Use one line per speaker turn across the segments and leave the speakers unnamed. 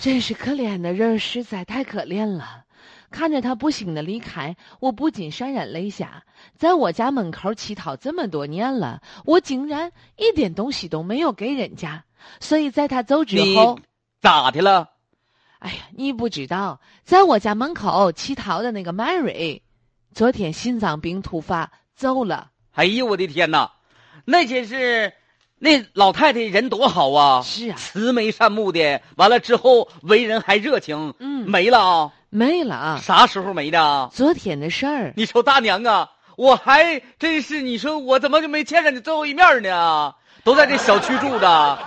真是可怜的人，实在太可怜了。看着他不醒的离开，我不禁潸然泪下。在我家门口乞讨这么多年了，我竟然一点东西都没有给人家。所以在他走之
你
后，
咋的了？
哎呀，你不知道，在我家门口乞讨的那个 Mary，昨天心脏病突发走了。
哎呦我的天哪，那真是那老太太人多好啊！
是啊
慈眉善目的，完了之后为人还热情，
嗯
没了啊？
没了啊，
啥时候没的啊？
昨天的事儿。
你瞅大娘啊，我还真是，你说我怎么就没见着你最后一面呢？都在这小区住着，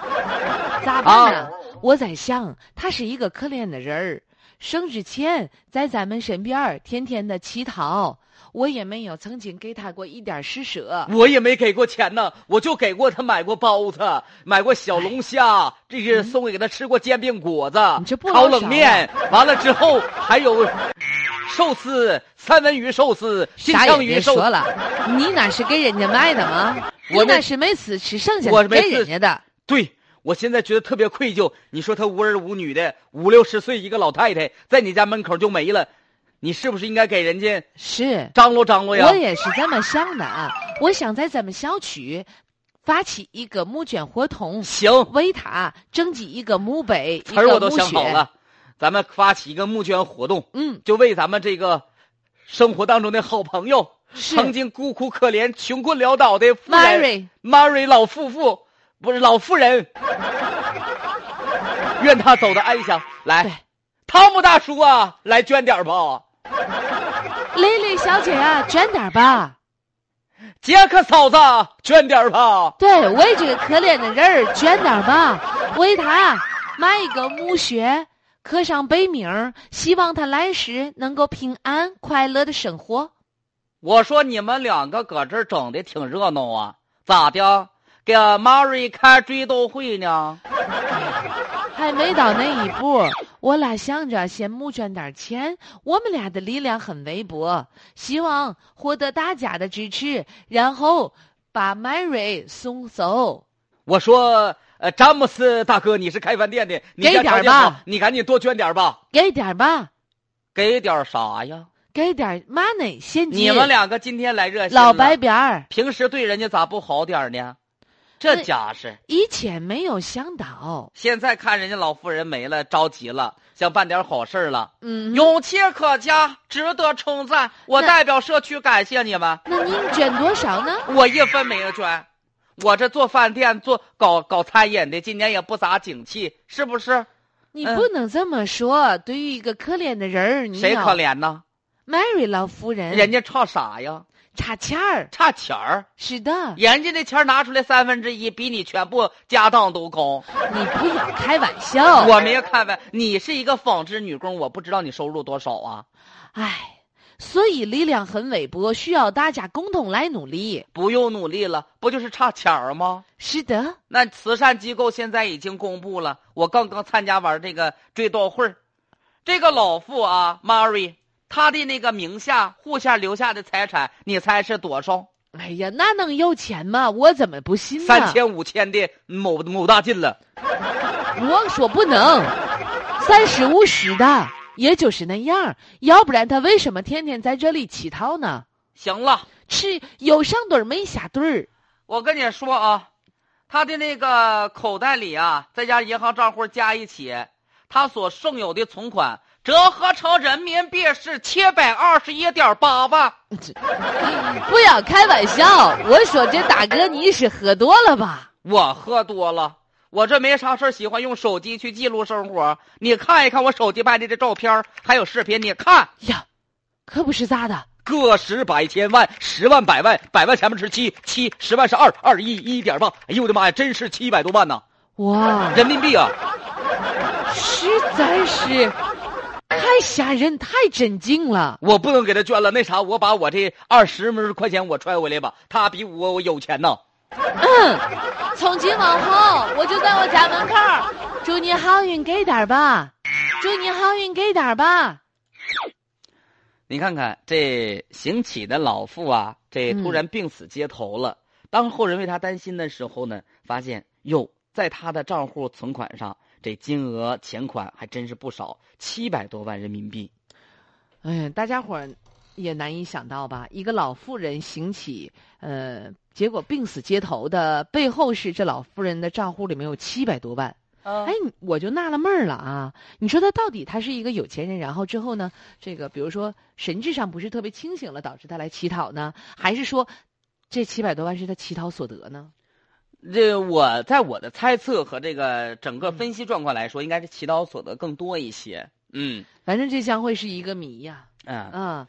咋办
啊
呢？我在想，他是一个可怜的人儿，生之前在咱们身边儿天天的乞讨，我也没有曾经给他过一点施舍。
我也没给过钱呢，我就给过他买过包子，买过小龙虾，这个送给他吃过煎饼果子，
哎嗯你这不
烤
老少
冷
啊
面，完了之后还有寿司、三文鱼寿司、金
啥也
枪鱼
别
寿
说
司。
了，你那是给人家卖的吗？
我
你那
那
是没吃吃剩下
我
的
是没
给人
吃
家的。
对，我现在觉得特别愧疚。你说她无儿无女的，五六十岁一个老太太，在你家门口就没了，你是不是应该给人家
是，
张罗张罗呀？
我也是这么想的啊。我想在咱们小区发起一个募捐活动，
行，
为他征集一个墓碑，一
词儿
个
我都
墓
想好
穴。
了，咱们发起一个募捐活动，
嗯，
就为咱们这个生活当中的好朋友，
是
曾经孤苦可怜、穷困潦倒的妇人
Mary。
Mary 老夫妇，不是老 妇人，愿她走得安详。
对
来，汤姆大叔啊，来捐点儿吧。
蕾蕾小姐啊，捐点儿吧。
杰克嫂子，捐点儿吧。
对，为这个可怜的人儿捐点儿吧，为他买一个墓穴，刻上碑名儿，希望他来时能够平安快乐的生活。
我说你们两个搁这儿整的挺热闹啊，咋的？给 Mary 开追悼会呢？
还没到那一步，我俩想着先募捐点儿钱，我们俩的力量很微薄，希望获得大家的支持，然后把 Mary 送走。
我说，呃，詹姆斯大哥，你是开饭店的，你
给
家
点儿
条件好
吧
你赶紧多捐点儿吧。
给点儿吧，
给点儿啥呀？
给点儿 money 现金。
你们两个今天来热心了
老白，边儿。
平时对人家咋不好点儿呢？这
那
家是
以前没有想到，
现在看人家老妇人没了，着急了，想办点好事儿了。
嗯，
勇气可嘉，值得称赞。我
那
代表社区感谢你们。
那您捐多少呢？
我一分没有捐，我这做饭店做搞搞餐饮的，今年也不咋景气，是不是？
你
嗯
不能这么说，对于一个可怜的人儿，你
谁
要
可怜呢？
？Mary 老夫人，
人家差啥呀？
差钱儿，
差钱儿，
是的，
人家那钱儿拿出来三分之一，比你全部家当都高。
你不要开玩笑。
我没有看完，你是一个纺织女工，我不知道你收入多少啊？
唉，所以力量很微薄，需要大家共同来努力。
不用努力了，不就是差钱儿吗？
是的，
那慈善机构现在已经公布了，我刚刚参加完这个追悼会儿这个老妇啊，Mary，她的那个名下户下留下的财产，你猜是多少？
哎呀，那能有钱吗？我怎么不信呢？
三，千五千的某某大进了，
我说不能，三十五十的，也就是那样儿，要不然他为什么天天在这里乞讨呢？
行了，
是有上对儿没下对儿，
我跟你说啊，她的那个口袋里啊，再加银行账户加一起，她所剩有的存款折合成人民币是七百二十一点八万。
不要开玩笑。我说这大哥你是喝多了吧？
我喝多了，我这没啥事儿喜欢用手机去记录生活。你看一看我手机拍的这照片儿，还有视频，你看
呀，可不是咋的，
个十百千万十万百万百万前面是七七十万是二二一一点八，哎呦我的妈呀，真是七百多万呐，
哇，
人民币啊！
实在是太吓人，太震惊了。
我不能给他捐了，那啥，我把我这二十块钱我揣回来吧，他比我我有钱呐。
嗯，从今往后我就在我家门口儿，祝你好运给点儿吧，祝你好运给点儿吧。
你看看这行乞的老妇啊，这
嗯
突然病死街头了。当后人为他担心的时候呢，发现哟，在他的账户存款上这金额钱款还真是不少，七百多万人民币。
哎呀，大家伙儿也难以想到吧？一个老妇人行乞，呃，结果病死街头的背后是这老妇人的账户里面有七百多万。哎
哎，，
你我就纳了闷儿了啊！你说他到底他是一个有钱人，然后之后呢，这个比如说神智上不是特别清醒了，导致他来乞讨呢，还是说这七百多万是他乞讨所得呢？
这我在我的猜测和这个整个分析状况来说，应该是祈祷所得更多一些。嗯，
反正这将会是一个谜呀、
啊，
啊！